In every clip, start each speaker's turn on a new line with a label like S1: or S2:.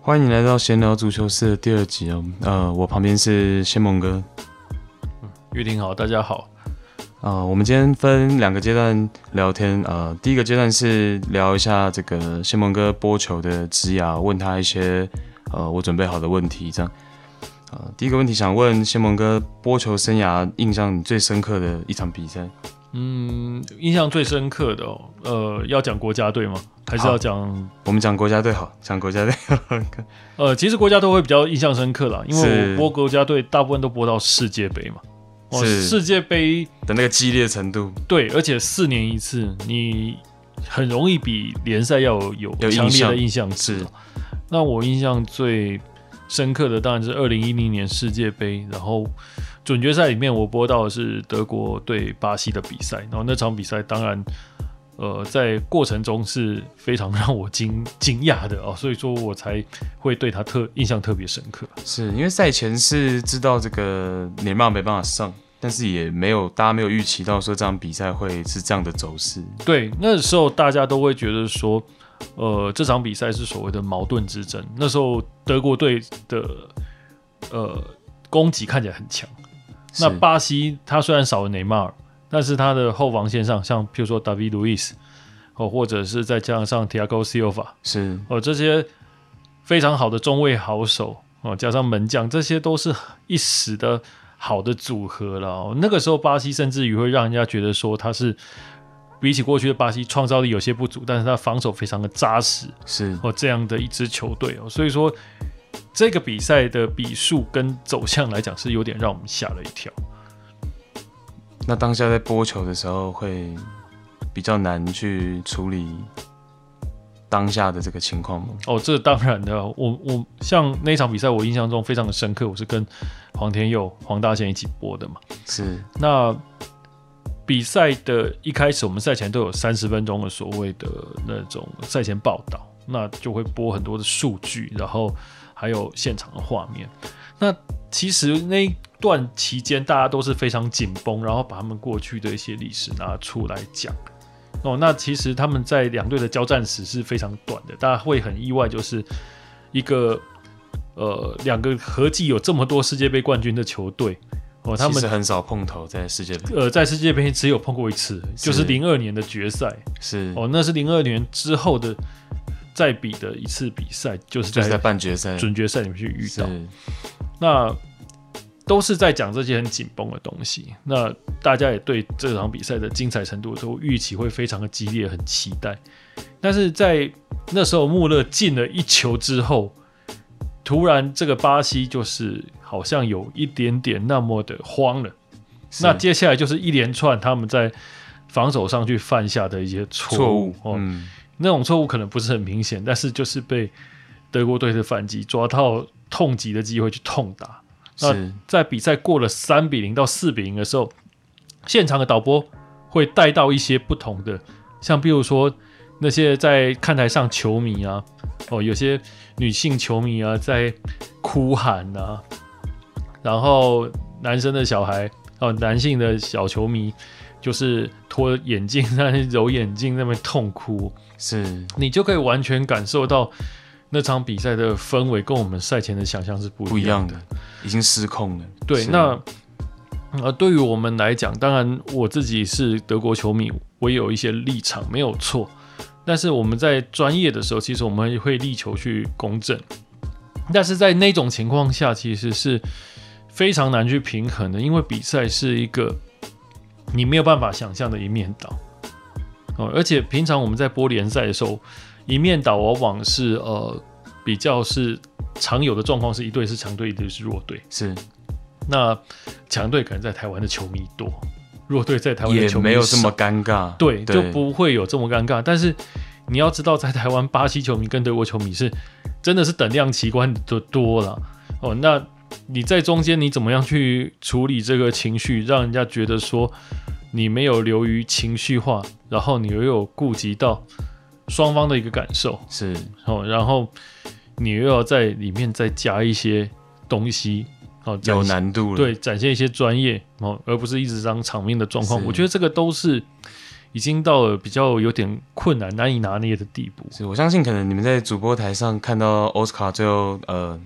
S1: 欢迎来到闲聊足球室的第二集哦。呃，我旁边是仙蒙哥。
S2: 玉林好，大家好。
S1: 啊、我们今天分两个阶段聊天。呃，第一个阶段是聊一下这个仙蒙哥播球的职涯，问他一些呃我准备好的问题，这样。呃，第一个问题想问仙蒙哥，播球生涯印象你最深刻的一场比赛？
S2: 嗯，印象最深刻的哦，呃，要讲国家队吗？还是
S1: 好
S2: 要讲？
S1: 我们讲国家队好，讲国家队。
S2: 呃，其实国家队会比较印象深刻啦，因为
S1: 是
S2: 我播国家队大部分都播到世界杯嘛。哦，
S1: 是
S2: 世界杯
S1: 的那个激烈程度
S2: 对，而且四年一次，你很容易比联赛要有
S1: 有
S2: 有强
S1: 印
S2: 烈
S1: 象
S2: 的印象值
S1: 是
S2: 哦。那我印象最深刻的当然是二零一零年世界杯，然后准决赛里面我播到的是德国对巴西的比赛，然后那场比赛当然。呃，在过程中是非常让我惊惊讶的哦，所以说我才会对他特印象特别深刻。
S1: 是因为赛前是知道这个联曼没办法上，但是也没有大家没有预期到说这场比赛会是这样的走势。
S2: 对，那时候大家都会觉得说，呃，这场比赛是所谓的矛盾之争。那时候德国队的呃攻击看起来很强，那
S1: 是
S2: 巴西他虽然少了内马尔，但是他的后防线上，像譬如说 David Luiz 哦，或者是再加上 Thiago Silva
S1: 是
S2: 哦，这些非常好的中卫好手哦，加上门将，这些都是一时的好的组合了、哦。那个时候，巴西甚至于会让人家觉得说他是比起过去的巴西创造力有些不足，但是他防守非常的扎实
S1: 是
S2: 哦，这样的一支球队哦，所以说这个比赛的比数跟走向来讲是有点让我们吓了一跳。
S1: 那当下在播球的时候会比较难去处理当下的这个情况吗？
S2: 哦，这当然的，我我像那场比赛，我印象中非常的深刻，我是跟黄天佑、黄大仙一起播的嘛。
S1: 是
S2: 那比赛的一开始，我们赛前都有三十分钟的所谓的那种赛前报道，那就会播很多的数据，然后还有现场的画面。那其实那一段期间，大家都是非常紧绷，然后把他们过去的一些历史拿出来讲。哦，那其实他们在两队的交战史是非常短的，大家会很意外，就是一个呃两个合计有这么多世界杯冠军的球队，哦，他
S1: 其
S2: 们
S1: 实很少碰头在世界杯，
S2: 呃，在世界杯只有碰过一次，就是零二年的决赛
S1: 是
S2: 哦，那是零二年之后的再比的一次比赛，就是
S1: 就是在
S2: 在
S1: 半决赛
S2: 准决赛里面去遇到。
S1: 是
S2: 那都是在讲这些很紧绷的东西。那大家也对这场比赛的精彩程度都预期会非常的激烈，很期待。但是在那时候穆勒进了一球之后，突然这个巴西就是好像有一点点那么的慌了。
S1: 是
S2: 那接下来就是一连串他们在防守上去犯下的一些错
S1: 错误，
S2: 哦，
S1: 嗯，
S2: 那种错误可能不是很明显，但是就是被德国队的反击抓到痛击的机会去痛打。那
S1: 是
S2: 在比赛过了三比零到四比零的时候，现场的导播会带到一些不同的，像比如说那些在看台上球迷啊，哦，有些女性球迷啊在哭喊啊，然后男生的小孩哦，男性的小球迷就是脱眼镜，那边揉眼睛，那边痛哭，
S1: 是
S2: 你就可以完全感受到那场比赛的氛围跟我们赛前的想象是
S1: 不
S2: 不
S1: 一
S2: 一样
S1: 样的，已经失控了。
S2: 对，
S1: 是
S2: 那呃，对于我们来讲，当然我自己是德国球迷，我也有一些立场，没有错。但是我们在专业的时候，其实我们会力求去公正，但是在那种情况下，其实是非常难去平衡的，因为比赛是一个你没有办法想象的一面倒哦。而且平常我们在播联赛的时候，一面倒往往是呃比较是常有的状况，是一队是强队，一队是弱队。
S1: 是
S2: 那强队可能在台湾的球迷多，弱队在台湾的
S1: 也
S2: 球迷
S1: 没有这么
S2: 少
S1: 尴尬，
S2: 对，就不会有这么尴尬。但是你要知道，在台湾巴西球迷跟德国球迷是真的是等量齐观的多了哦。那你在中间你怎么样去处理这个情绪，让人家觉得说你没有流于情绪化，然后你又有顾及到双方的一个感受，
S1: 是
S2: 哦，然后你又要在里面再加一些东西，哦，
S1: 有
S2: 展
S1: 难度了。
S2: 对展现一些专业哦，而不是一直让场面的状况。
S1: 是
S2: 我觉得这个都是已经到了比较有点困难、难以拿捏的地步。
S1: 是我相信，可能你们在主播台上看到奥斯卡最后呃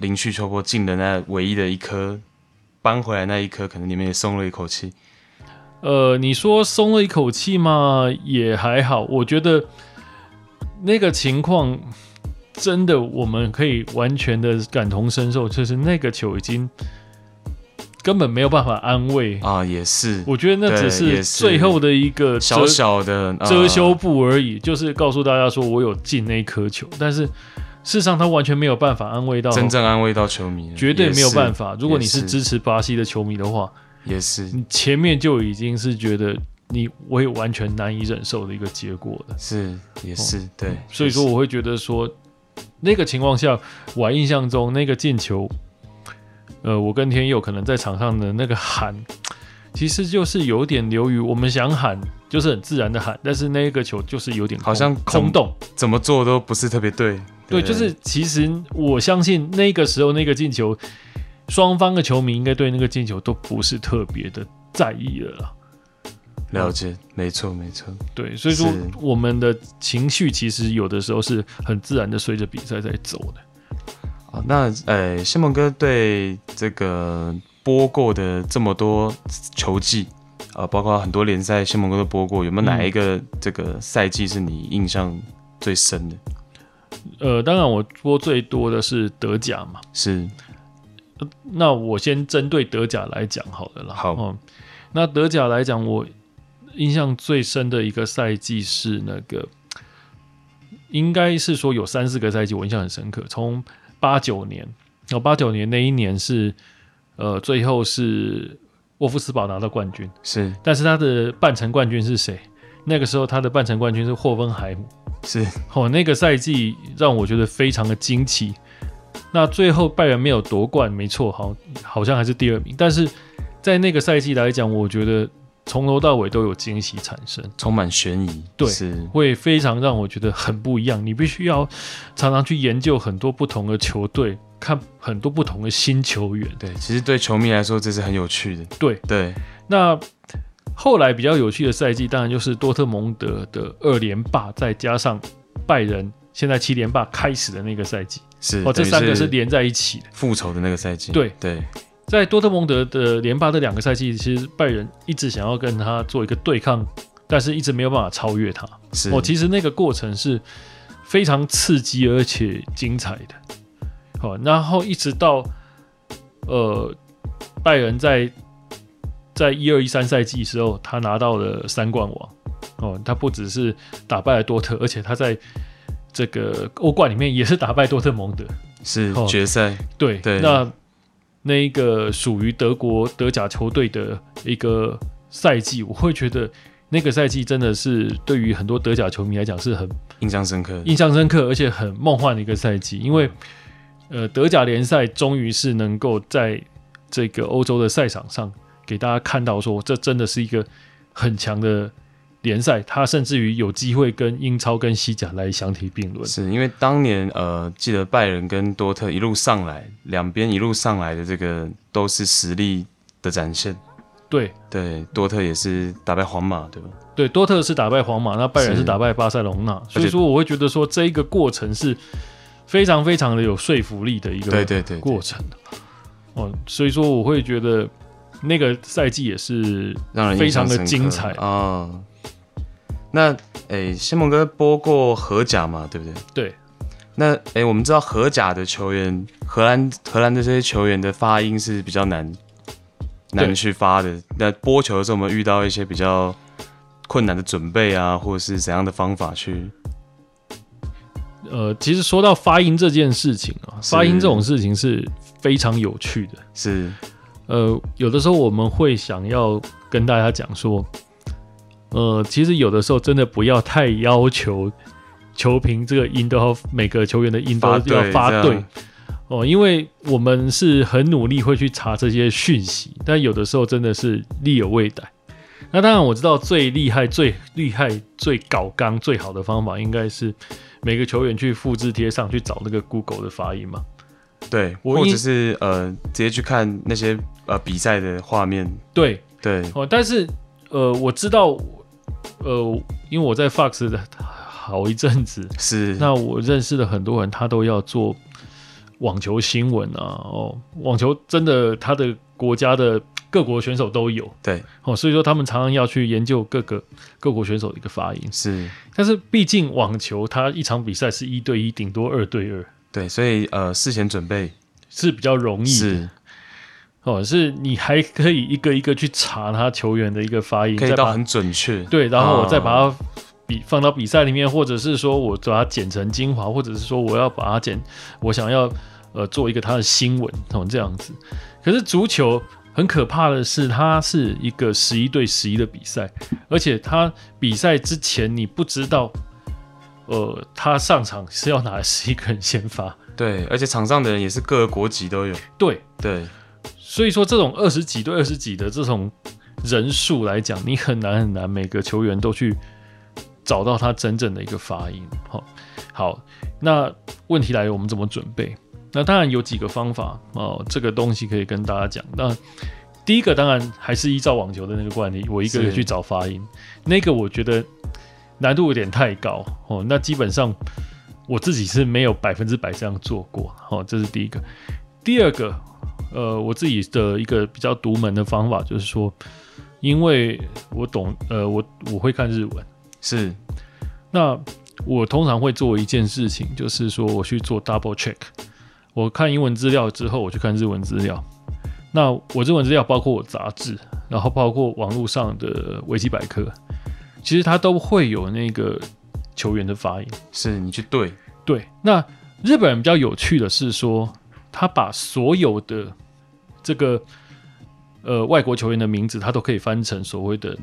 S1: 林去秋波进的那唯一的一颗扳回来那一颗，可能你们也松了一口气。
S2: 呃，你说松了一口气嘛，也还好。我觉得那个情况真的，我们可以完全的感同身受，就是那个球已经根本没有办法安慰。
S1: 啊，也是
S2: 我觉得那只
S1: 对也
S2: 是
S1: 是
S2: 最后的一个
S1: 小
S2: 遮
S1: 小的呃
S2: 遮羞布而已，就是告诉大家说我有进那颗球，但是事实上他完全没有办法安慰到，
S1: 真正安慰到球迷了，
S2: 绝对没有办
S1: 法，
S2: 法。如果你
S1: 也
S2: 是
S1: 是
S2: 支持巴西的球迷的话，
S1: 也是
S2: 你前面就已经是觉得你我也完全难以忍受的一个结果了。
S1: 是也是、对，
S2: 哦所以说，
S1: 也是
S2: 我会觉得说，那个情况下，我还印象中那个进球，呃，我跟天佑可能在场上的那个喊，其实就是有点流于我们想喊，就是很自然的喊，但是那个球就是有点空
S1: 好像
S2: 空洞。
S1: 怎么做都不是特别对，
S2: 对，就是其实我相信那个时候那个进球，双方的球迷应该对那个进球都不是特别的在意了啦。
S1: 了解，没错没错，
S2: 对，所以说
S1: 是
S2: 我们的情绪其实有的时候是很自然的随着比赛在走的。
S1: 好，那呃，仙盟哥对这个播过的这么多球季，呃，包括很多联赛，仙盟哥都播过，有没有
S2: 嗯
S1: 哪一个这个赛季是你印象最深的？
S2: 呃，当然我播最多的是德甲嘛，
S1: 是
S2: 那我先针对德甲来讲好了啦。
S1: 好
S2: 哦，那德甲来讲，我印象最深的一个赛季是那个，应该是说有三四个赛季我印象很深刻。从八九年，哦，八九年那一年是，呃，最后是沃夫斯堡拿到冠军，
S1: 是
S2: 但是他的半程冠军是谁？那个时候他的半程冠军是霍芬海姆。
S1: 是
S2: 哦，那个赛季让我觉得非常的惊奇。那最后拜仁没有夺冠，没错，好，好像还是第二名。但是在那个赛季来讲，我觉得从头到尾都有惊喜产生，
S1: 充满悬疑，
S2: 对
S1: 是
S2: 会非常让我觉得很不一样。你必须要常常去研究很多不同的球队，看很多不同的新球员。
S1: 对，其实对球迷来说这是很有趣的，
S2: 对
S1: 对，
S2: 那后来比较有趣的赛季，当然就是多特蒙德的二连霸，再加上拜仁现在七连霸开始的那个赛季。
S1: 是
S2: 哦，这
S1: 等于
S2: 三个是连在一起的。
S1: 复仇的那个赛季，
S2: 对
S1: 对
S2: 在多特蒙德的连霸这两个赛季，其实拜仁一直想要跟他做一个对抗，但是一直没有办法超越他。
S1: 是，
S2: 哦，其实那个过程是非常刺激而且精彩的。好、然后一直到呃，拜仁在在一二一三赛季时候，他拿到了三冠王。哦，他不只是打败了多特，而且他在这个欧冠里面也是打败多特蒙德。
S1: 是
S2: 哦
S1: 决赛，
S2: 对，
S1: 对
S2: 那那一个属于德国德甲球队的一个赛季，我会觉得那个赛季真的是对于很多德甲球迷来讲是很
S1: 印象深刻，
S2: 印象深刻，而且很梦幻的一个赛季，因为呃，德甲联赛终于是能够在这个欧洲的赛场上给大家看到说，这真的是一个很强的。联赛，它甚至于有机会跟英超、跟西甲来相提并论。
S1: 是因为当年呃，记得拜仁跟多特一路上来，两边一路上来的这个都是实力的展现。
S2: 对
S1: 对，多特也是打败皇马，对吧？
S2: 对，多特是打败皇马，那拜仁
S1: 是
S2: 是打败巴塞隆纳，所
S1: 而且
S2: 以说我会觉得说这一个过程是非常非常的有说服力的一个
S1: 对对对，
S2: 过程的哦，所以说我会觉得那个赛季也是
S1: 让人
S2: 非常的精彩
S1: 啊、哦那诶，仙梦哥播过荷甲嘛，对不对？
S2: 对。
S1: 那诶，我们知道荷甲的球员，荷兰荷兰的这些球员的发音是比较难难
S2: 对
S1: 去发的。那播球的时候，我们遇到一些比较困难的准备啊，或者是怎样的方法去
S2: 呃，其实说到发音这件事情啊，
S1: 是
S2: 发音这种事情是非常有趣的。
S1: 是
S2: 呃，有的时候我们会想要跟大家讲说，呃，其实有的时候真的不要太要求球评这个音都要每个球员的音都
S1: 发
S2: 要
S1: 对
S2: 发
S1: 这
S2: 对
S1: 样
S2: 哦，因为我们是很努力会去查这些讯息，但有的时候真的是力有未逮。那当然，我知道最厉害、最厉害、最搞纲、最好的方法，应该是每个球员去复制贴上去找那个 Google 的发音嘛。
S1: 对，
S2: 我
S1: 或
S2: 印
S1: 者是呃直接去看那些呃比赛的画面，
S2: 对，
S1: 对，
S2: 哦，但是呃，我知道呃，因为我在 Fox 的好一阵子，
S1: 是
S2: 那我认识的很多人，他都要做网球新闻啊，哦，网球真的他的国家的各国选手都有
S1: 对
S2: 哦，所以说他们常常要去研究各个各国选手的一个发音。
S1: 是
S2: 但是毕竟网球它一场比赛是一对一，顶多二对二
S1: 对，所以呃，事前准备
S2: 是比较容易的
S1: 是
S2: 哦，是你还可以一个一个去查他球员的一个发音，
S1: 可以
S2: 再把
S1: 到很准确，
S2: 对，然后我再
S1: 啊
S2: 把它比放到比赛里面，或者是说我把它剪成精华，或者是说我要把它剪，我想要呃做一个它的新闻哦这样子。可是足球很可怕的是，它是一个十一对十一的比赛，而且它比赛之前你不知道。呃，他上场是要拿十一个人先发，
S1: 对，而且场上的人也是各个国籍都有，
S2: 对，
S1: 对
S2: 所以说这种二十几对二十几的这种人数来讲，你很难很难每个球员都去找到他真正的一个发音。好、好，那问题来了，我们怎么准备？那当然有几个方法哦，这个东西可以跟大家讲。那第一个当然还是依照网球的那个惯例，我一个一个
S1: 是
S2: 去找发音，那个我觉得难度有点太高哦。那基本上我自己是没有百分之百这样做过哦，这是第一个。第二个，呃，我自己的一个比较独门的方法就是说，因为我懂，呃，我我会看日文，
S1: 是
S2: 那我通常会做一件事情，就是说我去做 double check，我看英文资料之后，我去看日文资料。那我日文资料包括我杂志，然后包括网络上的维基百科，其实它都会有那个球员的发音。
S1: 是，你去对
S2: 对，那日本人比较有趣的是说，他把所有的这个呃外国球员的名字，他都可以翻成所谓的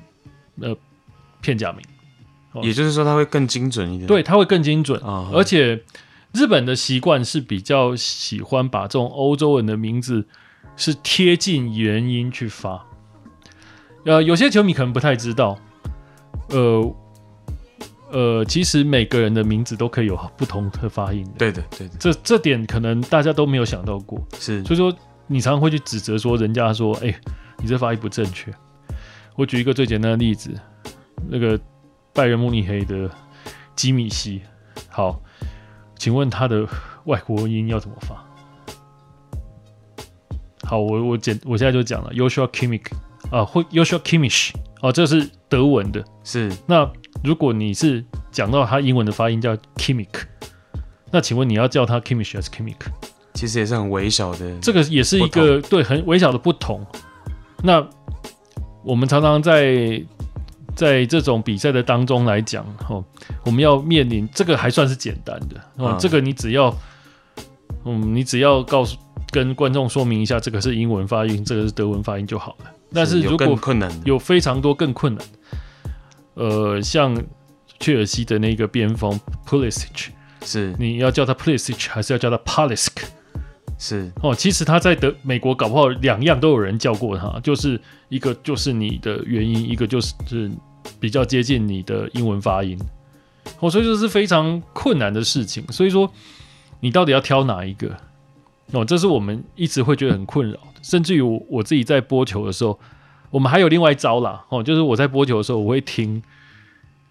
S2: 呃片假名，哦
S1: 也就是说，它会更精准一点。
S2: 对，他会更精准。
S1: 啊，
S2: 而且日本的习惯是比较喜欢把这种欧洲人的名字是贴近原音去发。呃，有些球迷可能不太知道，呃呃，其实每个人的名字都可以有不同的发音的。
S1: 对的，对的，
S2: 这这点可能大家都没有想到过，
S1: 是
S2: 所以说你常常会去指责说人家说，哎、你这发音不正确。我举一个最简单的例子，那个拜仁慕尼黑的基米希，好，请问他的外国音要怎么发？好，我我简我现在就讲了，Joshua Kimmich 啊，或 Joshua Kimmich 哦、这是德文的，
S1: 是
S2: 那如果你是讲到他英文的发音叫 Kimmich，那请问你要叫他 Kimmich 还是 Kimmich？
S1: 其实也是很微小的，
S2: 这个也是一个对很微小的不同。那我们常常在在这种比赛的当中来讲，哦，我们要面临这个还算是简单的哦，
S1: 嗯
S2: 这个你只要，嗯，你只要告诉跟观众说明一下，这个是英文发音，这个是德文发音就好了。但是
S1: 有
S2: 如
S1: 更
S2: 果
S1: 困难的，
S2: 有非常多更困难。呃，像切尔西的那个边锋 Pulisic，
S1: 是
S2: 你要叫他 Pulisic 还是要叫他 Pulisic？
S1: 是
S2: 哦，其实他在德美国搞不好两样都有人叫过他，就是一个就是你的原因，一个就是是比较接近你的英文发音。哦，所以这是非常困难的事情。所以说，你到底要挑哪一个？哦，这是我们一直会觉得很困扰的，甚至于我我自己在播球的时候，我们还有另外一招啦。哦，就是我在播球的时候，我会听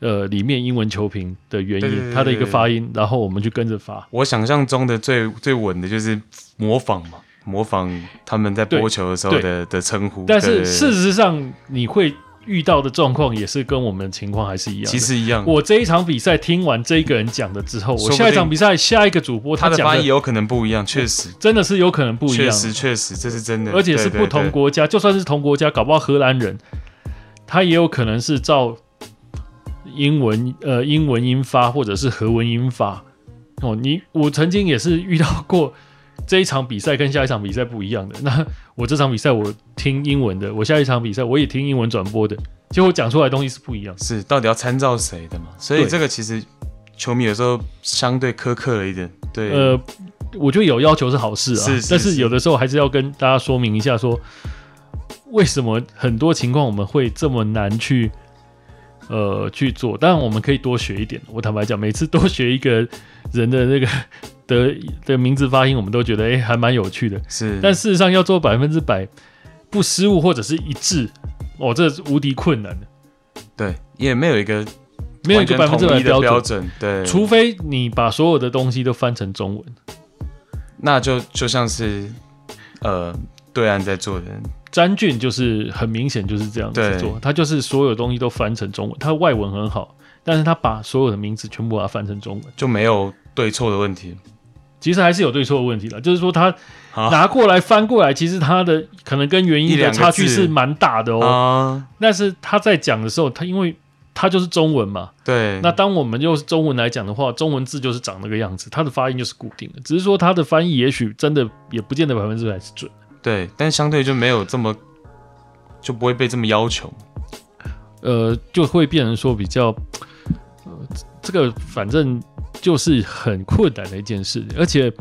S2: 呃里面英文球评的原
S1: 对对对
S2: 因，它的一个
S1: 对对
S2: 发音，然后我们去跟着发。
S1: 我想象中的最最稳的就是模仿嘛，模仿他们在播球的时候
S2: 对
S1: 的的称呼。
S2: 但
S1: 对
S2: 是
S1: 对对
S2: 事实上，你会遇到的状况也是跟我们的情况还是一样的。
S1: 其实一样，
S2: 我这一场比赛听完这一个人讲的之后，
S1: 说
S2: 我
S1: 不定
S2: 下一场比赛下一个主播
S1: 他的
S2: 讲
S1: 发音
S2: 的
S1: 有可能不一样，确实，
S2: 真的是有可能不一
S1: 确
S2: 样，啊
S1: 实，确实，这是真的，
S2: 而且是
S1: 对
S2: 不同。国家，就算是同国家，搞不好荷兰人他也有可能是照英文呃英文音发或者是荷文音发。哦，你我曾经也是遇到过。这一场比赛跟下一场比赛不一样的。那我这场比赛我听英文的，我下一场比赛我也听英文转播的，结果讲出来的东西是不一样的。
S1: 对是到底要参照谁的嘛？所以
S2: 对
S1: 这个其实球迷有时候相对苛刻了一点，对，
S2: 呃，我觉得有要求是好事啊，
S1: 是是
S2: 但
S1: 是
S2: 是有的时候还是要跟大家说明一下说为什么很多情况我们会这么难去呃去做。当然，我们可以多学一点。我坦白讲，每次多学一个人的那个的的名字发音，我们都觉得诶哎还蛮有趣的。
S1: 是，
S2: 但事实上，要做百分之百不失误或者是一致，哦，这是无敌困难的。
S1: 对，也没有一个
S2: 没有一个百
S1: 完
S2: 分
S1: 全
S2: 之
S1: 统
S2: 百
S1: 一的
S2: 标准，
S1: 准，对，
S2: 除非你把所有的东西都翻成中文。
S1: 那就就像是呃对岸在做的，
S2: 詹俊就是很明显就是这样子
S1: 对
S2: 做，他就是所有东西都翻成中文，他外文很好，但是他把所有的名字全部把它翻成中文，
S1: 就没有对错的问题。
S2: 其实还是有对错的问题的，就是说他
S1: 好
S2: 拿过来翻过来，其实他的可能跟原
S1: 一
S2: 因的
S1: 两个
S2: 差距
S1: 字
S2: 是蛮大的
S1: 啊、
S2: 哦。但是他在讲的时候，他因为他就是中文嘛，
S1: 对，
S2: 那当我们用中文来讲的话，中文字就是长那个样子，它的发音就是固定的，只是说它的翻译也许真的也不见得百分之百是准。
S1: 对，但相对就没有这么，就不会被这么要求。
S2: 呃，就会变成说比较，呃，这个反正就是很困难的一件事，而且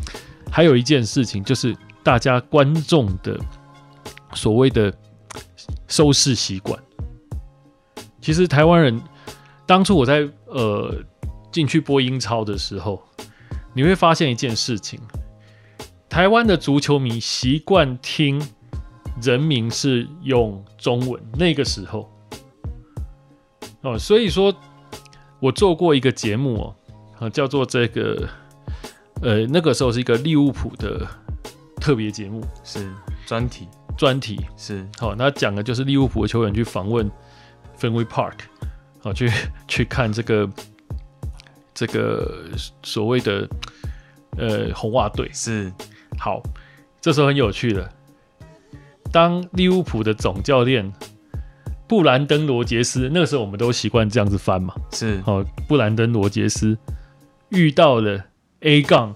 S2: 还有一件事情就是大家观众的所谓的收视习惯。其实台湾人当初我在呃进去播英超的时候，你会发现一件事情：台湾的足球迷习惯听人名是用中文，那个时候。哦，所以说，我做过一个节目哦，呃叫做这个，呃，那个时候是一个利物浦的特别节目
S1: 是专题，
S2: 专题。
S1: 是
S2: 好、那讲的就是利物浦的球员去访问 Fenway Park，好、去去看这个这个所谓的呃红袜队。
S1: 是
S2: 好，这时候很有趣了。当利物浦的总教练布兰登·罗杰斯，那个时候我们都习惯这样子翻嘛，
S1: 是
S2: 好，布兰登·罗杰斯遇到了 A 杠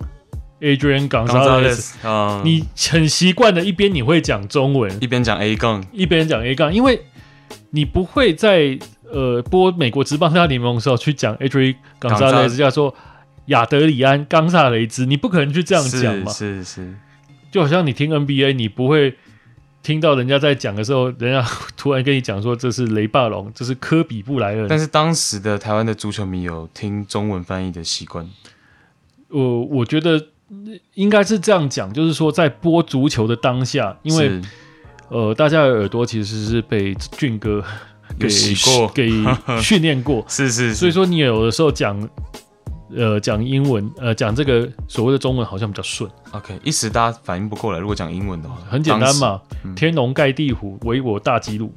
S2: Adrian Gonzalez，
S1: Gonzalez，嗯，
S2: 你很习惯的一边你会讲中文，
S1: 一边讲 A 杠，
S2: 一边讲 A 杠，因为你不会在呃播美国职棒大联盟的时候去讲 Adrian Gonzalez，
S1: Gonzalez
S2: 叫做亚德里安·冈萨雷兹，你不可能去这样讲嘛，
S1: 是是是，
S2: 就好像你听 NBA，你不会。听到人家在讲的时候，人家 突然跟你讲说这是雷霸龙，这是科比布莱恩，
S1: 但是当时的台湾的足球迷有听中文翻译的习惯，
S2: 我呃我觉得嗯应该是这样讲，就是说在播足球的当下，因为
S1: 是
S2: 呃，大家的耳朵其实是被俊哥给
S1: 有洗过
S2: 给训练过，
S1: 是是，
S2: 所以
S1: 说
S2: 说你有的时候讲呃讲英文呃讲这个所谓的中文好像比较顺，
S1: OK，一时大家反应不过来。如果讲英文的话，
S2: 很简单
S1: 当时，嗯
S2: 嘛，天龙盖地虎，唯我大吉鲁，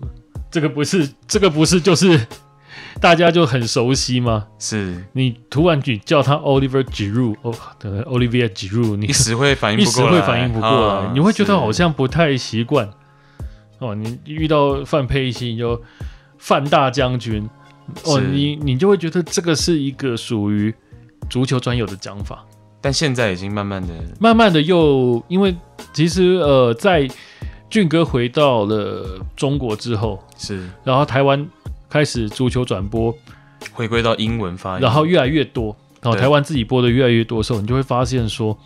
S2: 这个不是这个不是就是 大家就很熟悉吗？
S1: 是
S2: 你突然你叫他 Oliver Giroud 哦呃，Olivier Giroud，你
S1: 一时会反应
S2: 一
S1: 不
S2: 时
S1: 过来，
S2: 会反应不过来，
S1: 啊
S2: 你会觉得好
S1: 是
S2: 像不太习惯。哦，你遇到范佩西，你就范大将军，哦，
S1: 是
S2: 你你就会觉得这个是一个属于足球专有的讲法。
S1: 但现在已经慢慢的
S2: 慢慢的又因为其实呃，在俊哥回到了中国之后，
S1: 是
S2: 然后台湾开始足球转播，
S1: 回归到英文发音，
S2: 然后越来越多，然后
S1: 啊对
S2: 台湾自己播的越来越多的时候，你就会发现说，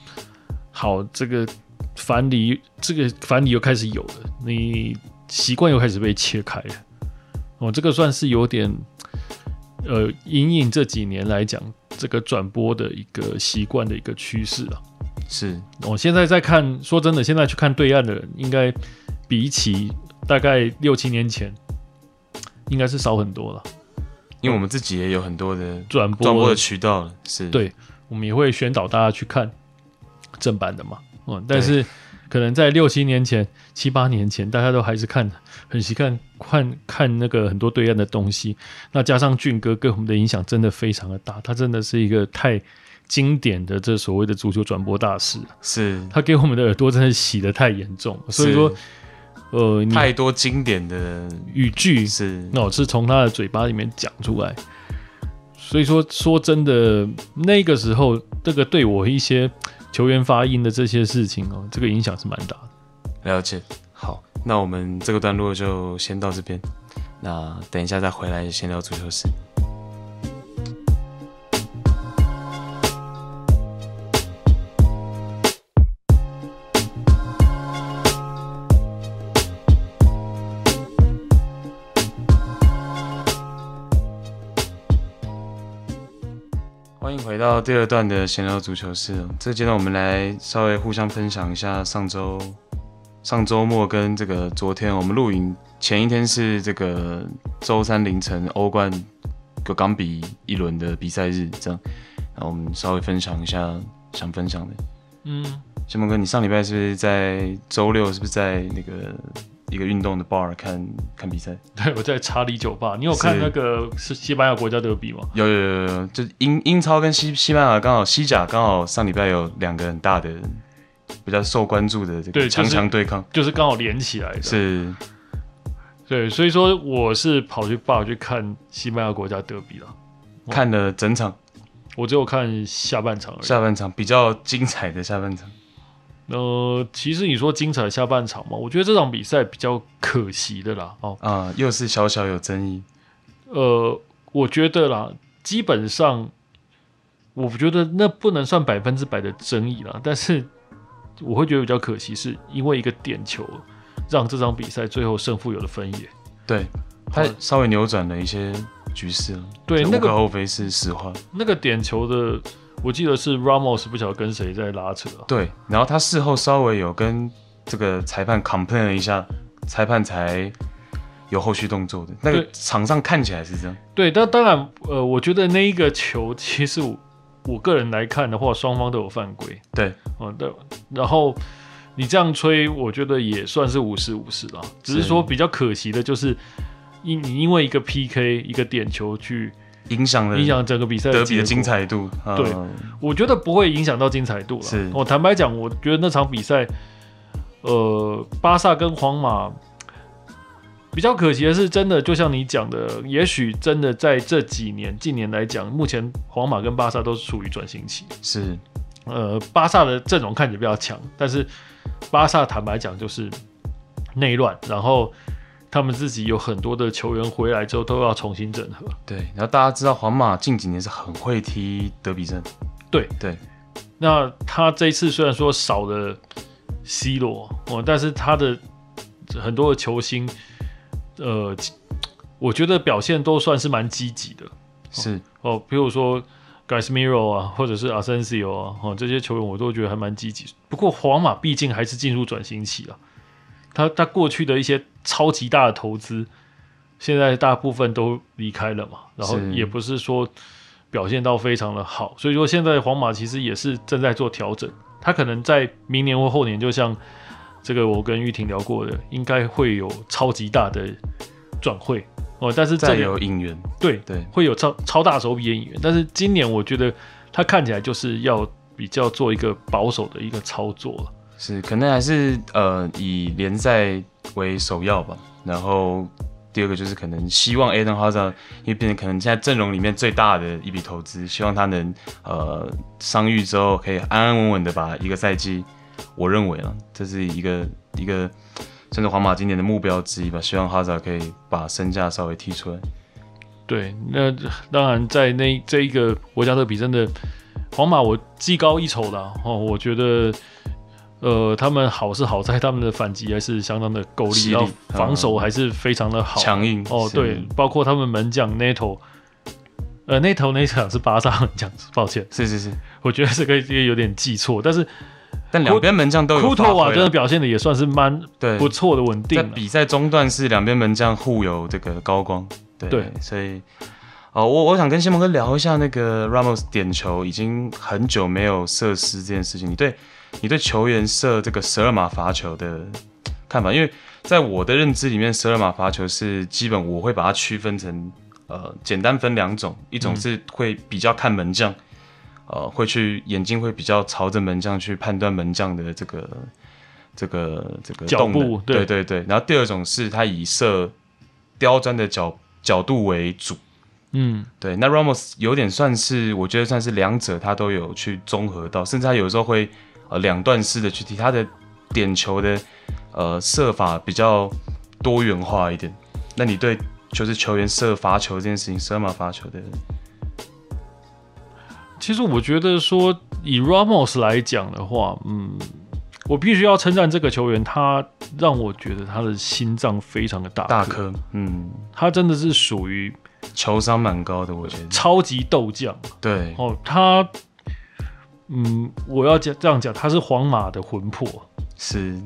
S2: 好，这个樊篱，这个樊篱又开始有了，你习惯又开始被切开了。哦，这个算是有点，呃，隐隐这几年来讲，这个转播的一个习惯的一个趋势了。
S1: 是
S2: 我、现在在看，说真的，现在去看对岸的人，应该比起大概六七年前，应该是少很多了。
S1: 因为我们自己也有很多的
S2: 转播
S1: 转播的渠道了，是
S2: 对我们也会宣导大家去看正版的嘛。嗯，但是可能在六七年前、七八年前，大家都还是看很习惯看看那个很多对岸的东西。那加上俊哥给我们的影响真的非常的大，他真的是一个太经典的这所谓的足球转播大师，
S1: 是
S2: 他给我们的耳朵真的洗得太严重了。所以说
S1: 是，
S2: 呃，你
S1: 太多经典的
S2: 语句
S1: 是
S2: 那我是从他的嘴巴里面讲出来。所以说，说真的，那个时候，这个对我一些球员发音的这些事情哦，这个影响是蛮大的。
S1: 了解。好，那我们这个段落就先到这边，那等一下再回来闲聊足球史。欢迎回到第二段的闲聊足球室哦。这个阶段我们来稍微互相分享一下上周上周末跟这个昨天我们录影前一天是这个周三凌晨欧冠有港比一轮的比赛日，这样，然后我们稍微分享一下想分享的。
S2: 嗯，
S1: 谢梦哥，你上礼拜是不是在周六是不是在那个一个运动的 bar 看看比赛？
S2: 对，我在查理酒吧，你有看
S1: 是
S2: 那个是西班牙国家德比吗？
S1: 有有有有有，就是英英超跟西西班牙刚好西甲刚好上礼拜有两个很大的比较受关注的这
S2: 对
S1: 个
S2: 就
S1: 强
S2: 是
S1: 强对抗，
S2: 就是刚好连起来的，
S1: 是
S2: 对，所以说我是跑去爸去看西班牙国家德比了，
S1: 看了整场
S2: 我只有看下半场而已。
S1: 下半场比较精彩的下半场，
S2: 呃，其实你说精彩下半场嘛，我觉得这场比赛比较可惜的啦。哦，
S1: 啊、又是小小有争议，
S2: 呃，我觉得啦，基本上，我觉得那不能算百分之百的争议啦，但是我会觉得比较可惜，是因为一个点球让这场比赛最后胜负有了分野。
S1: 对他
S2: 哦
S1: 稍微扭转了一些局势了，
S2: 对，
S1: 这
S2: 那
S1: 无可
S2: 个
S1: 厚非是实话。
S2: 那个点球的，我记得是 Ramos 不晓得跟谁在拉扯、啊，
S1: 对，然后他事后稍微有跟这个裁判 complain 了一下，裁判才有后续动作的。那个
S2: 对
S1: 场上看起来是这样，
S2: 对，但当然，呃，我觉得那一个球，其实我我个人来看的话，双方都有犯规。
S1: 对，
S2: 哦、对。然后你这样吹，我觉得也算是五十五十啦。只是
S1: 是
S2: 说比较可惜的就是，因你因为一个 PK 一个点球去
S1: 影响了
S2: 影响整个比赛
S1: 德
S2: 结
S1: 比的
S2: 果
S1: 精，彩度。呃
S2: 对我觉得不会影响到精彩度了。
S1: 是
S2: 我、坦白讲，我觉得那场比赛，呃，巴萨跟皇马。比较可惜的是，真的就像你讲的，也许真的在这几年近年来讲，目前皇马跟巴萨都是处于转型期。
S1: 是
S2: 呃，巴萨的阵容看起来比较强，但是巴萨坦白讲就是内乱，然后他们自己有很多的球员回来之后都要重新整合。
S1: 对。然后大家知道，皇马近几年是很会踢德比
S2: 哦
S1: 阵，
S2: 对
S1: 对，
S2: 那他这一次虽然说少了 C 罗哦，但是他的很多的球星，呃，我觉得表现都算是蛮积极的
S1: 是
S2: 哦，比如说 g a s m i r o 啊，或者是 Asensio 啊，哦这些球员我都觉得还蛮积极。不过皇马毕竟还是进入转型期啊，他他过去的一些超级大的投资，现在大部分都离开了嘛，然后
S1: 是
S2: 也不是说表现到非常的好，所以说现在皇马其实也是正在做调整，他可能在明年或后年，就像这个我跟玉婷聊过的，应该会有超级大的转会哦，但是这
S1: 再
S2: 个
S1: 有引援，
S2: 对
S1: 对，
S2: 会有超超大手笔的演员，但是今年我觉得他看起来就是要比较做一个保守的一个操作了。
S1: 是可能还是呃以联赛为首要吧。然后第二个就是可能希望 Aden Hazard，因为变成可能现在阵容里面最大的一笔投资，希望他能呃伤愈之后可以安安稳稳的把一个赛季，我认为啊，这是一个一个甚至皇马今年的目标之一吧，希望 Hazard 可以把身价稍微踢出来。
S2: 对，那当然在那这一个国家德比真的皇马我技高一筹啦哦，我觉得。呃，他们好是好在他们的反击还是相当的够力，
S1: 犀利
S2: 然后防
S1: 嗯
S2: 守还是非常的好，
S1: 强硬
S2: 哦，
S1: 是
S2: 对，包括他们门将 NATO，呃，NATO 那一场是巴萨门将，抱歉，
S1: 是是是，
S2: 我觉得这个这个有点记错，但是
S1: 但两边门将都有
S2: 库
S1: 发
S2: 托
S1: 挥
S2: 瓦
S1: 啊
S2: 真的表现的也算是蛮
S1: 对
S2: 不错的稳定啊
S1: 在
S2: 了。
S1: 比赛中段是两边门将互有这个高光，对，
S2: 对
S1: 所以哦，我我想跟西蒙哥聊一下那个 Ramos 点球已经很久没有射失这件事情，你对你对球员射这个十二码罚球的看法？因为在我的认知里面，十二码罚球是基本我会把它区分成呃简单分两种，一
S2: 嗯
S1: 种是会比较看门将。呃，会去眼睛会比较朝着门将去判断门将的这个这个这个
S2: 脚
S1: 动能
S2: 步对
S1: 对对对。然后第二种是他以射刁钻的角角度为主，
S2: 嗯，
S1: 对。那 Ramos 有点算是，我觉得算是两者他都有去综合到，甚至他有时候会呃两段式的去踢他的点球的呃射法比较多元化一点。那你对就是球员射罚球这件事情，射马罚球的
S2: 其实我觉得说以 Ramos 来讲的话，嗯，我必须要称赞这个球员，他让我觉得他的心脏非常的大
S1: 大颗，嗯，
S2: 他真的是属于
S1: 球商蛮高的，我觉得。
S2: 超级斗将
S1: 对，
S2: 哦，他。嗯，我要讲这样讲，他是皇马的魂魄，
S1: 是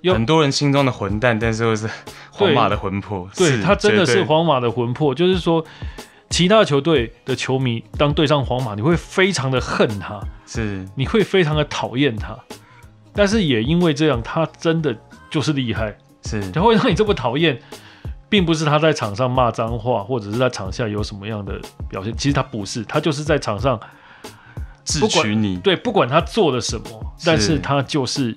S2: 有
S1: 很多人心中的混蛋，但是又是皇马的魂魄。
S2: 对他真
S1: 绝
S2: 的是
S1: 对
S2: 皇马的魂魄，就是说，其他球队的球迷当对上皇马，你会非常的恨他，
S1: 是
S2: 你会非常的讨厌他，但是也因为这样，他真的就是厉害，
S1: 是
S2: 他会让你这么讨厌，并不是他在场上骂脏话，或者是在场下有什么样的表现，其实他不是，他就是在场上
S1: 智
S2: 不管
S1: 取你，
S2: 对，不管他做了什么，
S1: 是
S2: 但是他就是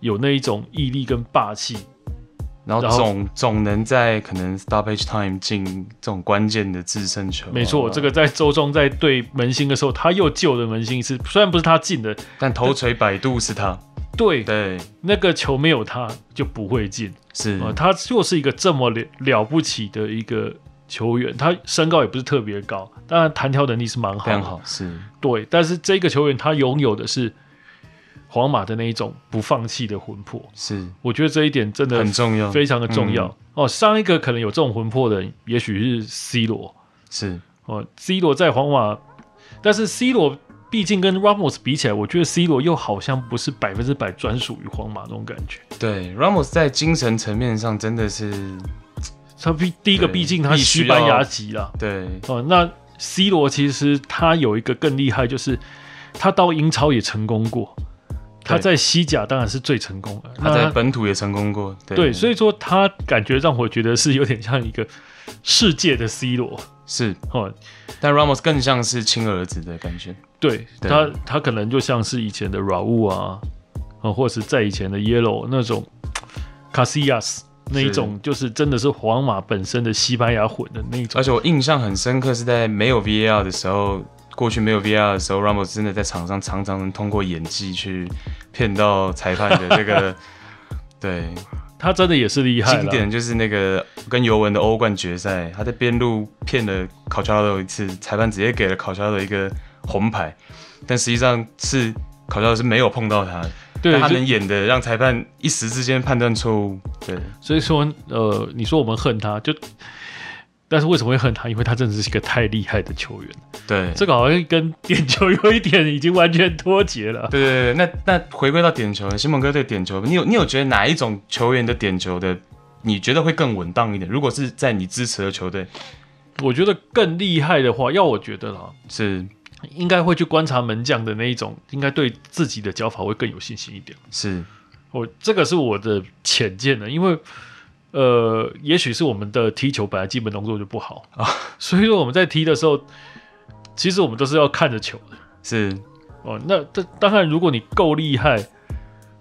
S2: 有那一种毅力跟霸气，
S1: 然后
S2: 然后
S1: 总总能在可能 stoppage time 进这种关键的制胜球。
S2: 没错，
S1: 啊
S2: 这个在周中在对门兴的时候，他又救了门兴一次，虽然不是他进的，
S1: 但头锤摆渡是他，
S2: 对，
S1: 对，
S2: 那个球没有他就不会进
S1: 是
S2: 啊、呃他就是一个这么了了不起的一个球员，他身高也不是特别高，当然弹跳能力是蛮好
S1: 非
S2: 的，
S1: 常好，是
S2: 对，但是这个球员他拥有的是皇马的那一种不放弃的魂魄，
S1: 是
S2: 我觉得这一点真的
S1: 很重要，
S2: 非常的重要、
S1: 嗯
S2: 哦。上一个可能有这种魂魄的人，也许是 C 罗
S1: 是
S2: 哦，C 罗在皇马，但是 C 罗毕竟跟 Ramos 比起来，我觉得 C 罗又好像不是百分之百专属于皇马那种感觉。
S1: 对。Ramos 在精神层面上真的是
S2: 他毕第一个，
S1: 对
S2: 毕竟他
S1: 必
S2: 是
S1: 须
S2: 西班牙
S1: 要
S2: 籍啦，
S1: 对，
S2: 哦，那 C 罗其实他有一个更厉害，就是他到英超也成功过，他
S1: 对
S2: 在西甲当然是最成功的。
S1: 他在
S2: 那
S1: 本土也成功过，对，
S2: 对，所
S1: 以
S2: 以说他感觉让我觉得是有点像一个世界的 C 罗
S1: 是，
S2: 哦，
S1: 但 Ramos 更像是亲儿子的感觉，
S2: 对
S1: 对
S2: 他他可能就像是以前的 Raul 啊，哦，或是在以前的 Yellow 那种 Casillas 那一种，就是真的是皇马本身的西班牙混的那一种
S1: 而，且我印象很深刻是在没有 VAR 的时候，过去没有 VAR 的时候，Ramos 真的在场上常常能通过演技去骗到裁判的这 个。对，
S2: 他真的也是厉害啦
S1: 经典就是那个跟尤文的欧冠决赛，他在边路骗了考乔拉多一次，裁判直接给了考乔拉多一个红牌，但实际上是考乔拉多是没有碰到他，
S2: 对，
S1: 但他
S2: 就
S1: 能演的让裁判一时之间判断错误。对，
S2: 所以说，呃，你说我们恨他，就，但是为什么会恨他？因为他真的是一个太厉害的球员，
S1: 对，
S2: 这个好像跟点球有一点已经完全脱节了。
S1: 对对对，那那回归到点球，西蒙哥对点球，你有你有觉得哪一种球员的点球的，你觉得会更稳当一点？如果是在你支持的球队，
S2: 我觉得更厉害的话，要我觉得啦，
S1: 是
S2: 应该会去观察门将的那一种，应该对自己的脚法会更有信心一点。
S1: 是
S2: 我这个是我的浅见的，因为。呃，也许是我们的踢球本来基本动作就不好啊，所以说我们在踢的时候，其实我们都是要看着球的。
S1: 是
S2: 哦，那这当然，如果你够厉害，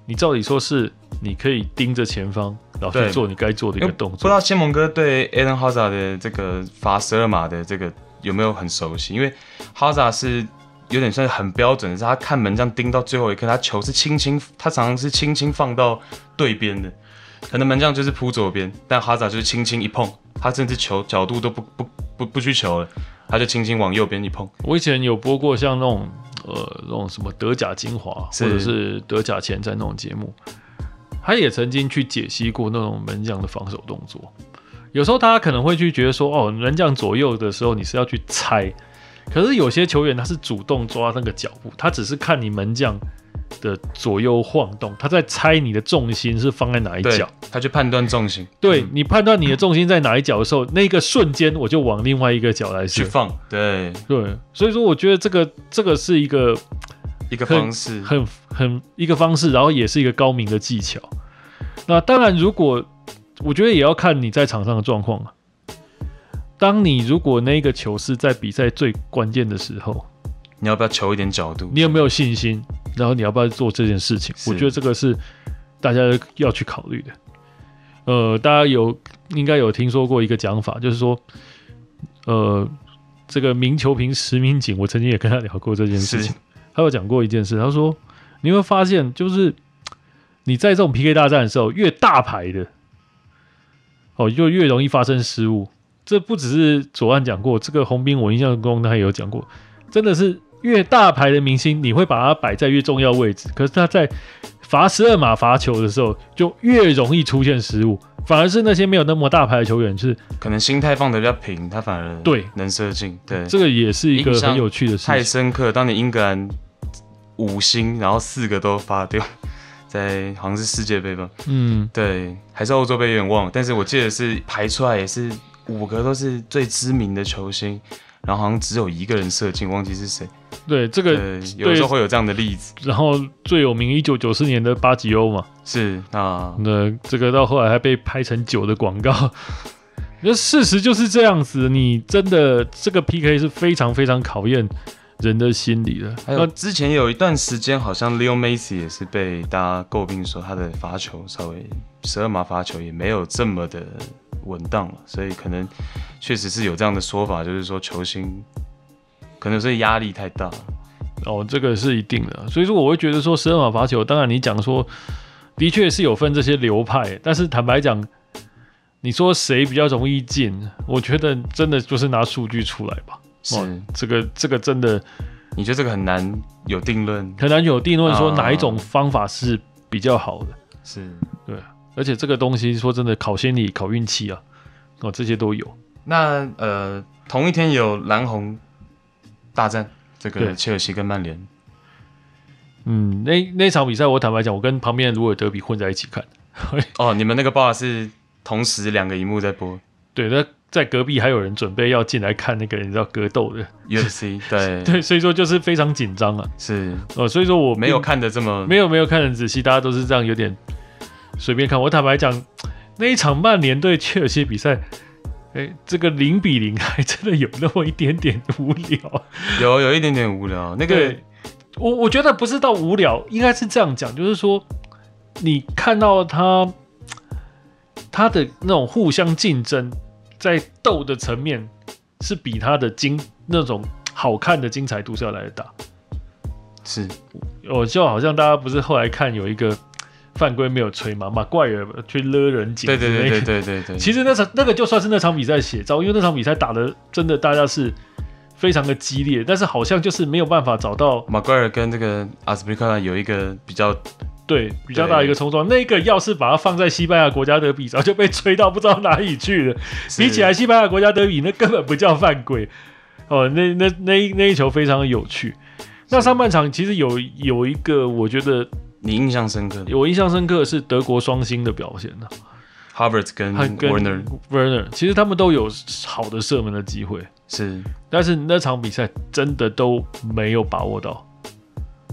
S2: 你照理说是你可以盯着前方，然后
S1: 对
S2: 去做你该做的一个动
S1: 不知
S2: 作。
S1: 道仙盟哥对 Alan Hazard 的这个罚十二码的这个有没有很熟悉？因为 Hazard 是有点算是很标准的，是他看门将盯到最后一刻，他球是轻轻，他常常是轻轻放到对边的，可能门将就是扑左边，但 Hazard 就是轻轻一碰，他甚至球角度都不不不不去球了，他就轻轻往右边一碰，
S2: 我以前有播过像那种呃那种什么德甲精华
S1: 是
S2: 或者是德甲前瞻那种节目，他也曾经去解析过那种门将的防守动作。有时候大家可能会去觉得说，哦，门将左右的时候你是要去猜，可是有些球员他是主动抓那个脚步，他只是看你门将的左右晃动，他在猜你的重心是放在哪一
S1: 对
S2: 哎脚。，
S1: 他去判断重心，
S2: 对
S1: 嗯
S2: 你判断你的重心在哪一脚的时候，那个瞬间我就往另外一个脚来
S1: 去
S2: 射。
S1: 放，对，
S2: 对，所以说我觉得这个这个是一个
S1: 一个
S2: 很
S1: 方式，
S2: 很很一个方式，然后也是一个高明的技巧。那当然，如果我觉得也要看你在场上的状况啊。当你如果那个球是在比赛最关键的时候，
S1: 你要不要求一点角度？
S2: 你有没有信心？然后你要不要做这件事情？
S1: 是
S2: 我觉得这个是大家要去考虑的。呃，大家有应该有听说过一个讲法，就是说，呃，这个名球评石明景，我曾经也跟他聊过这件事
S1: 是
S2: 情。他有讲过一件事，他说你会发现，就是你在这种 PK 大战的时候，越大牌的哦，就越容易发生失误。这不只是左岸讲过，这个洪斌我印象中他也有讲过，真的是越大牌的明星，你会把他摆在越重要位置，可是他在罚十二码罚球的时候，就越容易出现失误。反而是那些没有那么大牌的球员，就是
S1: 可能心态放得比较平，他反而
S2: 对
S1: 能射进，对，
S2: 这个也是一个
S1: 印象
S2: 很有趣的事
S1: 太
S2: 情。
S1: 深刻。当年英格兰五星，然后四个都发丢， 在好像是世界杯吧，
S2: 嗯，
S1: 对，还是欧洲杯有点忘了，但是我记得是排出来也是五个都是最知名的球星，然后好像只有一个人射进，忘记是谁。
S2: 对，这个，
S1: 对，有时候会有这样的例子，
S2: 然后最有名一九九四年的巴吉欧嘛，
S1: 是啊，
S2: 那这个到后来还被拍成酒的广告。 那事实就是这样子，你真的这个 PK 是非常非常考验人的心理的。
S1: 还有之前有一段时间，好像 Leo Messi 也是被大家诟病说他的罚球稍微十二码罚球也没有这么的稳当了，所以可能确实是有这样的说法，就是说球星可能是压力太大了。
S2: 哦，这个是一定的。所以说，我会觉得说十二码罚球，当然你讲说的确是有分这些流派，但是坦白讲，你说谁比较容易进，我觉得真的就是拿数据出来吧。
S1: 是，
S2: 哇这个这个真的
S1: 你觉得这个很难有定论？
S2: 很难有定论说
S1: 啊
S2: 哪一种方法是比较好的。
S1: 是，
S2: 而且这个东西说真的，考心理、考运气啊，哦，这些都有。
S1: 那呃，同一天有蓝红大战，这个
S2: 对
S1: 切尔西跟曼联，
S2: 嗯，那那场比赛，我坦白讲，我跟旁边的鲁尔德比混在一起看。
S1: 哦，你们那个 bar 是同时两个荧幕在播
S2: 对，那在隔壁还有人准备要进来看那个，你知道格斗的，
S1: UFC，对，
S2: 对，所以说就是非常紧张啊。
S1: 是
S2: 哦，所以说我
S1: 没有
S2: 并
S1: 看的这么
S2: 没有没有看得很仔细，大家都是这样有点随便看。我坦白讲，那一场曼联对切尔西比赛，哎，这个零比零还真的有那么一点点无聊。
S1: 有有一点点无聊，那个
S2: 对，我我觉得不是到无聊，应该是这样讲，就是说你看到他他的那种互相竞争，在斗的层面是比他的精那种好看的精彩度是要来的大。
S1: 是
S2: 我就好像大家不是后来看有一个犯规没有吹嘛，马怪尔去勒人颈
S1: 对
S2: 之
S1: 对
S2: 类
S1: 对
S2: 的，
S1: 对对对对，
S2: 其实那场那个就算是那场比赛的写照，因为那场比赛打的真的大家是非常的激烈，但是好像就是没有办法找到
S1: 马奎尔跟这个阿斯皮克拉有一个比较
S2: 对，比较大一个冲撞。那个要是把它放在西班牙国家德比，早就被吹到不知道哪里去了。
S1: 是
S2: 比起来，西班牙国家德比那根本不叫犯规哦。那那那一那一球非常有趣。那上半场其实有有一个我觉得
S1: 你印象深刻的
S2: 我印象深刻的是德国双星的表现呢、
S1: ，Harvard 跟
S2: 他跟
S1: Warner
S2: 嗯 Werner，其实他们都有好的射门的机会，
S1: 是
S2: 但是那场比赛真的都没有把握到。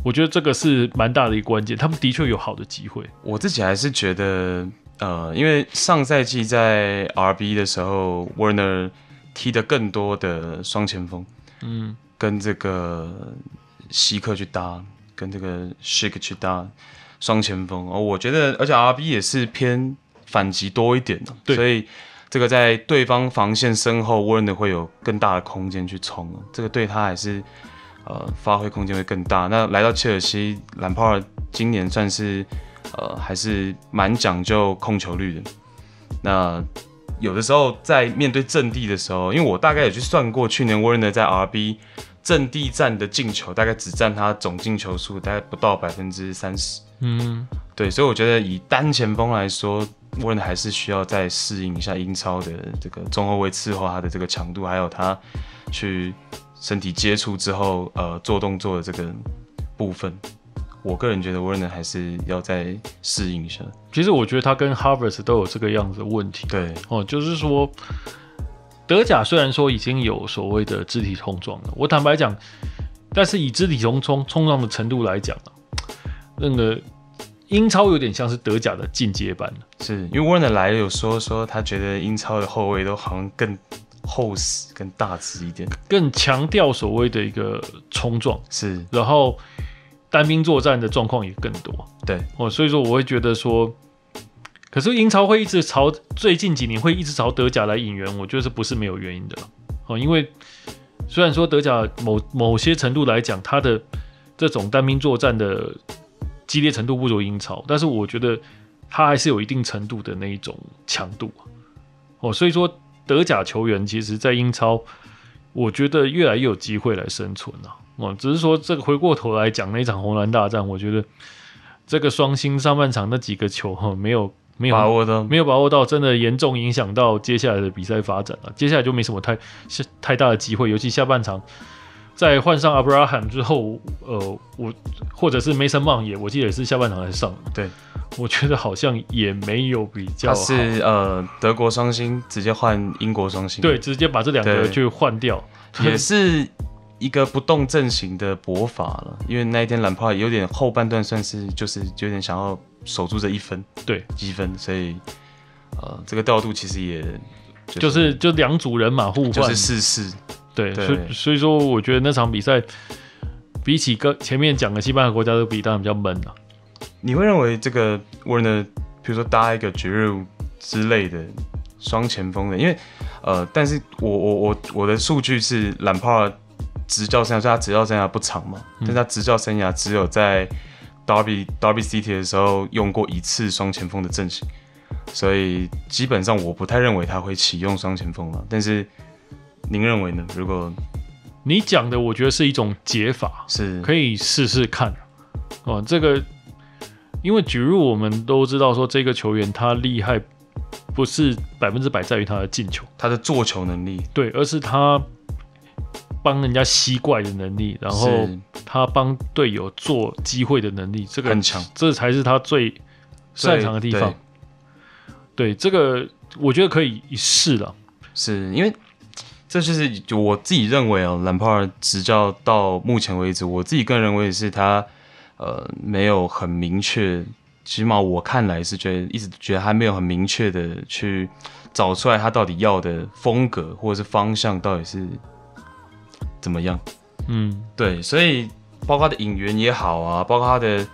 S2: 我觉得这个是蛮大的一个关键，他们的确有好的机会。
S1: 我自己还是觉得，呃，因为上赛季在 RB 的时候，Warner 踢得更多的双前锋，
S2: 嗯，
S1: 跟这个希克去搭，跟这个 Shake 去搭双前锋。哦，我觉得，而且 RB 也是偏反击多一点的、
S2: 对
S1: 所以这个在对方防线身后，Warner 会有更大的空间去冲哦，这个对他还是呃发挥空间会更大。那来到切尔西，兰帕尔今年算是呃还是蛮讲究控球率的。那有的时候在面对阵地的时候，因为我大概有去算过，去年 Warner 在 RB 阵地战的进球大概只占他总进球数大概不到百分之三十。
S2: 嗯，
S1: 对，所以我觉得以单前锋来说，沃伦还是需要再适应一下英超的这个中后卫伺候他的这个强度，还有他去身体接触之后，呃，做动作的这个部分。我个人觉得沃伦还是要再适应一下。
S2: 其实我觉得他跟 Harvard 都有这个样子的问题
S1: 对，
S2: 哦，就是说德甲虽然说已经有所谓的肢体冲撞了，我坦白讲，但是以肢体冲冲冲撞的程度来讲啊那个英超有点像是德甲的进阶版
S1: 是因为沃伦来了有说说他觉得英超的后卫都好像更厚实、更大只一点。
S2: 更强调所谓的一个冲撞，
S1: 是
S2: 然后单兵作战的状况也更多。
S1: 对
S2: 哦，所以说我会觉得说，可是英超会一直朝最近几年会一直朝德甲来引援，我觉得这不是没有原因的啦哦，因为虽然说德甲某某些程度来讲，它的这种单兵作战的激烈程度不如英超，但是我觉得它还是有一定程度的那一种强度啊哦，所以说德甲球员其实在英超，我觉得越来越有机会来生存了、啊。哦，只是说这个回过头来讲那一场红蓝大战，我觉得这个双星上半场那几个球哈、哦没有没有
S1: 把握的
S2: 没有把握到，真的严重影响啊到接下来的比赛发展了。接下来就没什么太是太大的机会，尤其下半场在换上 Abraham 之后，呃，我或者是 Mason Mount 也，我记得也是下半场才上的。
S1: 对，
S2: 我觉得好像也没有比较
S1: 他
S2: 好，
S1: 是呃德国双星直接换英国双星，
S2: 对，，直接把这两个
S1: 对
S2: 就换掉。
S1: 也是一个不动阵型的搏法了。因为那一天兰帕有点后半段算是就是有点想要守住这一分
S2: 对，
S1: 积分，所以呃这个调度其实也
S2: 就
S1: 就是
S2: 就两组人马互换，
S1: 就是试试，
S2: 对，
S1: 对
S2: 所以所以说，我觉得那场比赛比起跟前面讲的西班牙国家都比，当然比较闷啊。
S1: 你会认为这个 Werner，比如说搭一个 g i r o 之类的双前锋的，因为呃，但是我我我我的数据是兰帕尔执教生涯，所以他执教生涯不长嘛，
S2: 嗯
S1: 但是他执教生涯只有在 Derby Derby City 的时候用过一次双前锋的阵型，所以基本上我不太认为他会启用双前锋了。但是您认为呢？如果
S2: 你讲的，我觉得是一种解法，
S1: 是
S2: 可以试试看。哦，这个因为举入我们都知道说，这个球员他厉害不是百分之百在于他的进球，
S1: 他的做球能力，
S2: 对，而是他帮人家吸怪的能力，然后
S1: 是
S2: 他帮队友做机会的能力，这个
S1: 很强，
S2: 这才是他最擅长的地方
S1: 对。
S2: 对，这个我觉得可以一试了。
S1: 是因为这就是我自己认为哦，兰帕尔执教到目前为止，我自己个人认为是他呃没有很明确，起码我看来是觉得一直觉得还没有很明确的去找出来他到底要的风格或者是方向到底是怎么样。
S2: 嗯，
S1: 对，所以包括他的引援也好啊，包括他的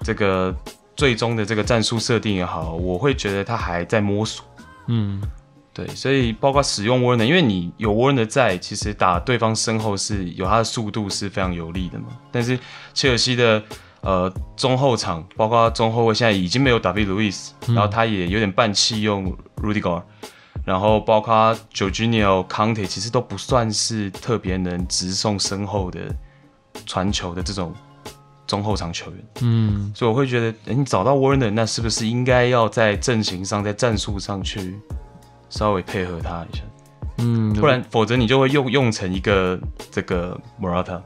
S1: 这个最终的这个战术设定也好，我会觉得他还在摸索。
S2: 嗯，
S1: 对，所以包括使用 Warner，因为你有 Warner 在，其实打对方身后是有他的速度是非常有利的嘛。但是切尔西的呃中后场，包括中后卫现在已经没有 David Luiz，、然后他也有点半弃用 Rudiger，然后包括 Jorginho、Conte 其实都不算是特别能直送身后的传球的这种中后场球员。
S2: 嗯，
S1: 所以我会觉得，诶你找到 Warner，那是不是应该要在阵型上、在战术上去稍微配合他一下？
S2: 嗯，
S1: 不然，否则你就会用用成一个这个 Morata，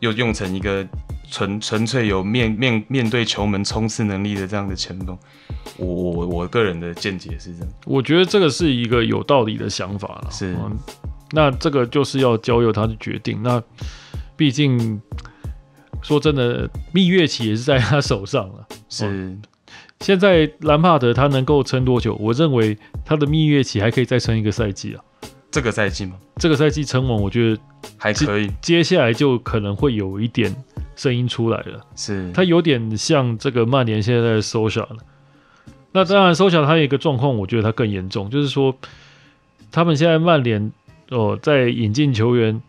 S1: 又用成一个纯纯粹有面面面对球门冲刺能力的这样的前锋。我我我个人的见解是这样，
S2: 我觉得这个是一个有道理的想法了。
S1: 是
S2: 嗯那这个就是要交由他去决定。那毕竟说真的，蜜月期也是在他手上了。
S1: 是
S2: 现在兰帕德他能够撑多久？我认为他的蜜月期还可以再撑一个赛季啊。
S1: 这个赛季吗？
S2: 这个赛季撑完，我觉得
S1: 还可以，
S2: 接下来就可能会有一点声音出来了。
S1: 是
S2: 他有点像这个曼联现在的 Sosa 了。那当然，Sosa 他有一个状况，我觉得他更严重，就是说他们现在曼联哦，在引进球员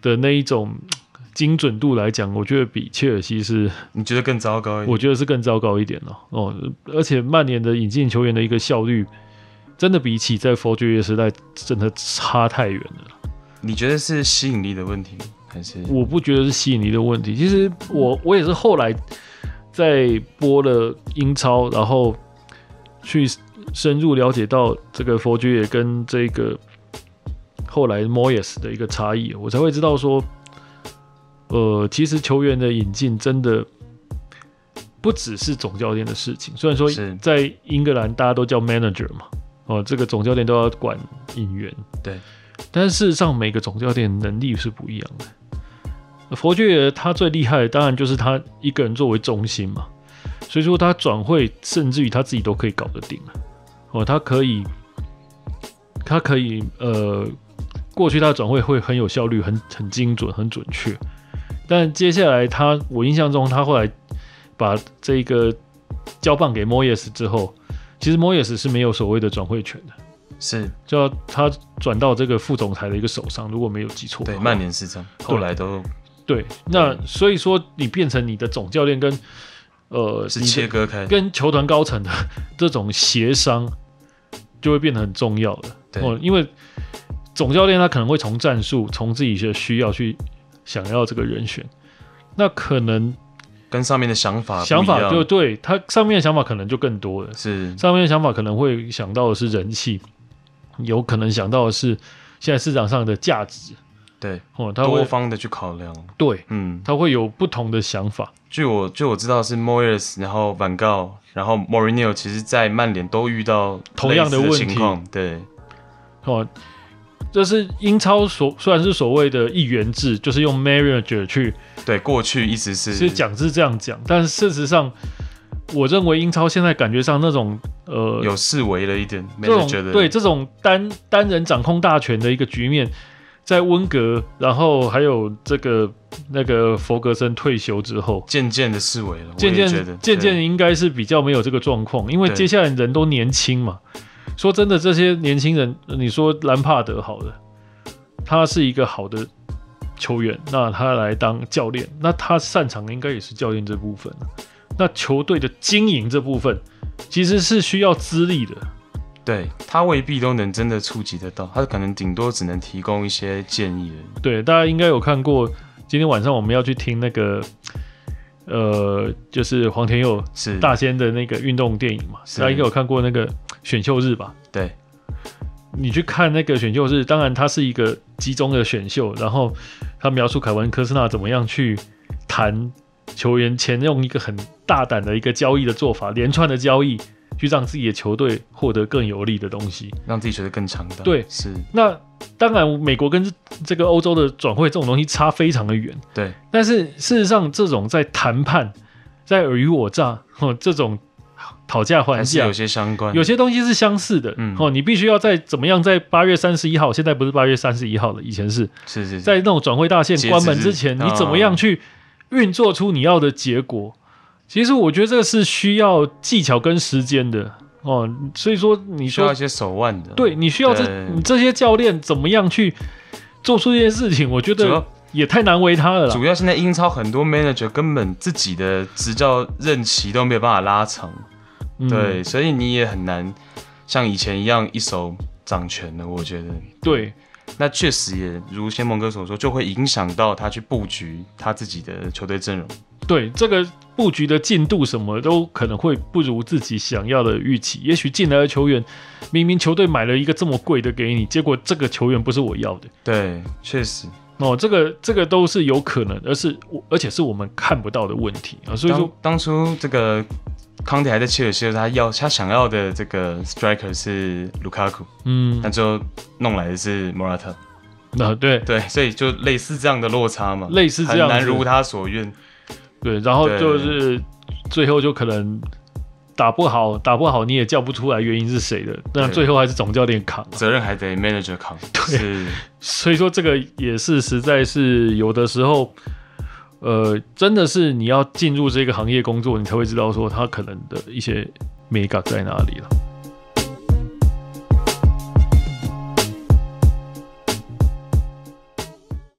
S2: 的那一种嘖精准度来讲，我觉得比切尔西是，
S1: 你觉得更糟糕一点？
S2: 我觉得是更糟糕一点了哦。而且曼联的引进球员的一个效率，真的比起在 f o r g e 时代真的差太远了。
S1: 你觉得是吸引力的问题吗，还是
S2: 我不觉得是吸引力的问题。其实我我也是后来在播了英超，然后去深入了解到这个佛爵也跟这个后来 Moyes 的一个差异，我才会知道说，呃，其实球员的引进真的。不只是总教练的事情，虽然说
S1: 是
S2: 在英格兰大家都叫 manager 嘛，哦，这个总教练都要管引援，
S1: 对？
S2: 但是事实上，每个总教练能力是不一样的。佛爵他最厉害的当然就是他一个人作为中心嘛，所以说他转会甚至于他自己都可以搞得定了。哦，他可以，他可以，呃，过去他的转会会很有效率，很很精准，很准确。但接下来他，我印象中他后来把这个交棒给 Moyes 之后，其实 Moyes 是没有所谓的转会权的。
S1: 是
S2: 就要他转到这个副总裁的一个手上，如果没有记错的
S1: 对
S2: 话。
S1: 曼联是这样，后来都
S2: 对，那所以说你变成你的总教练跟呃
S1: 是
S2: 你的
S1: 切割开，
S2: 跟球团高层的 这种协商，就会变得很重要了。
S1: 对
S2: 哦，因为总教练他可能会从战术、从自己的需要去想要这个人选，那可能
S1: 跟上面的想啊法不一
S2: 想法
S1: 样
S2: 就对他上面的想法可能就更多了。
S1: 是
S2: 上面的想法可能会想到的是人气，有可能想到的是现在市场上的价值，
S1: 对，
S2: 哦，他
S1: 多
S2: 会
S1: 方的去考量。
S2: 对，
S1: 嗯，
S2: 他会有不同的想法。
S1: 据我据我知道是 Moyes，然后 Van Gaal，然后 Mourinho，其实在曼联都遇到
S2: 同样
S1: 类
S2: 的
S1: 似的
S2: 问
S1: 情
S2: 题
S1: 况。对，
S2: 哦，这是英超所虽然是所谓的一元制，就是用 manager 去，
S1: 对，过去一直是
S2: 其实讲是这样讲，但事实上，我认为英超现在感觉上那种呃
S1: 有视为了一点，没
S2: 这
S1: 人觉得
S2: 种对这种单单人掌控大权的一个局面，在温格，然后还有这个那个弗格森退休之后，
S1: 渐渐的视为了，
S2: 渐
S1: 我也觉得
S2: 渐渐
S1: 对
S2: 渐应该是比较没有这个状况，因为
S1: 对
S2: 接下来人都年轻嘛。说真的，这些年轻人，你说兰帕德好了，他是一个好的球员，那他来当教练，那他擅长的应该也是教练这部分。那球队的经营这部分，其实是需要资历的。
S1: 对他未必都能真的触及得到，他可能顶多只能提供一些建议而已。
S2: 对，大家应该有看过，今天晚上我们要去听那个，呃，就是黄天佑
S1: 是
S2: 大仙的那个运动电影嘛，
S1: 是
S2: 大家应该有看过那个选秀日吧？
S1: 对
S2: 你去看那个选秀日，当然它是一个集中的选秀，然后他描述凯文科斯纳怎么样去谈球员前用一个很大胆的一个交易的做法，连串的交易，去让自己的球队获得更有利的东西。
S1: 让自己觉得更强大。
S2: 对
S1: 是
S2: 那当然，美国跟这个欧洲的转会这种东西差非常的远。
S1: 对
S2: 但是事实上，这种在谈判、在尔虞我诈、哦，这种讨价还
S1: 还是
S2: 价，
S1: 有些相关，
S2: 有些东西是相似的。
S1: 嗯
S2: 哦，你必须要在怎么样，在八月三十一号，现在不是八月三十一号了，以前是
S1: 是是是
S2: 在那种转会大限
S1: 嗯截止
S2: 关门
S1: 日
S2: 之前，
S1: 啊
S2: 你怎么样去运作出你要的结果？其实我觉得这个是需要技巧跟时间的哦。所以说，你
S1: 需要
S2: 说
S1: 一些手腕的。
S2: 对，你需要这
S1: 对
S2: 你这些教练怎么样去做出这些事情，我觉
S1: 主
S2: 得
S1: 要
S2: 也太难为他了啦。
S1: 主要现在英超很多 manager 根本自己的执教任期都没有办法拉长，
S2: 嗯
S1: 对，所以你也很难像以前一样一手掌权了。我觉得，
S2: 对，
S1: 那确实也如先蒙哥所说，就会影响到他去布局他自己的球队阵容。
S2: 对这个布局的进度什么都可能会不如自己想要的预期。也许进来的球员，明明球队买了一个这么贵的给你，结果这个球员不是我要的。
S1: 对，确实，
S2: 哦，这个这个都是有可能，而是我而且是我们看不到的问题啊。所以说
S1: 当，当初这个康迪还在切尔西的时候，他要他想要的这个 striker 是卢卡库，
S2: 嗯，
S1: 但最后弄来的是莫拉特。
S2: 那对，
S1: 对，所以就类似这样的落差嘛，
S2: 类似这样
S1: 很难
S2: 子
S1: 如他所愿。
S2: 对，然后
S1: 对
S2: 就是最后就可能打不好，打不好你也叫不出来原因是谁的，那
S1: 对
S2: 最后还是总教练扛、啊。
S1: 责任还得 manager 扛。
S2: 对
S1: 是，
S2: 所以说这个也是实在是有的时候，呃，真的是你要进入这个行业工作，你才会知道说他可能的一些美感在哪里了。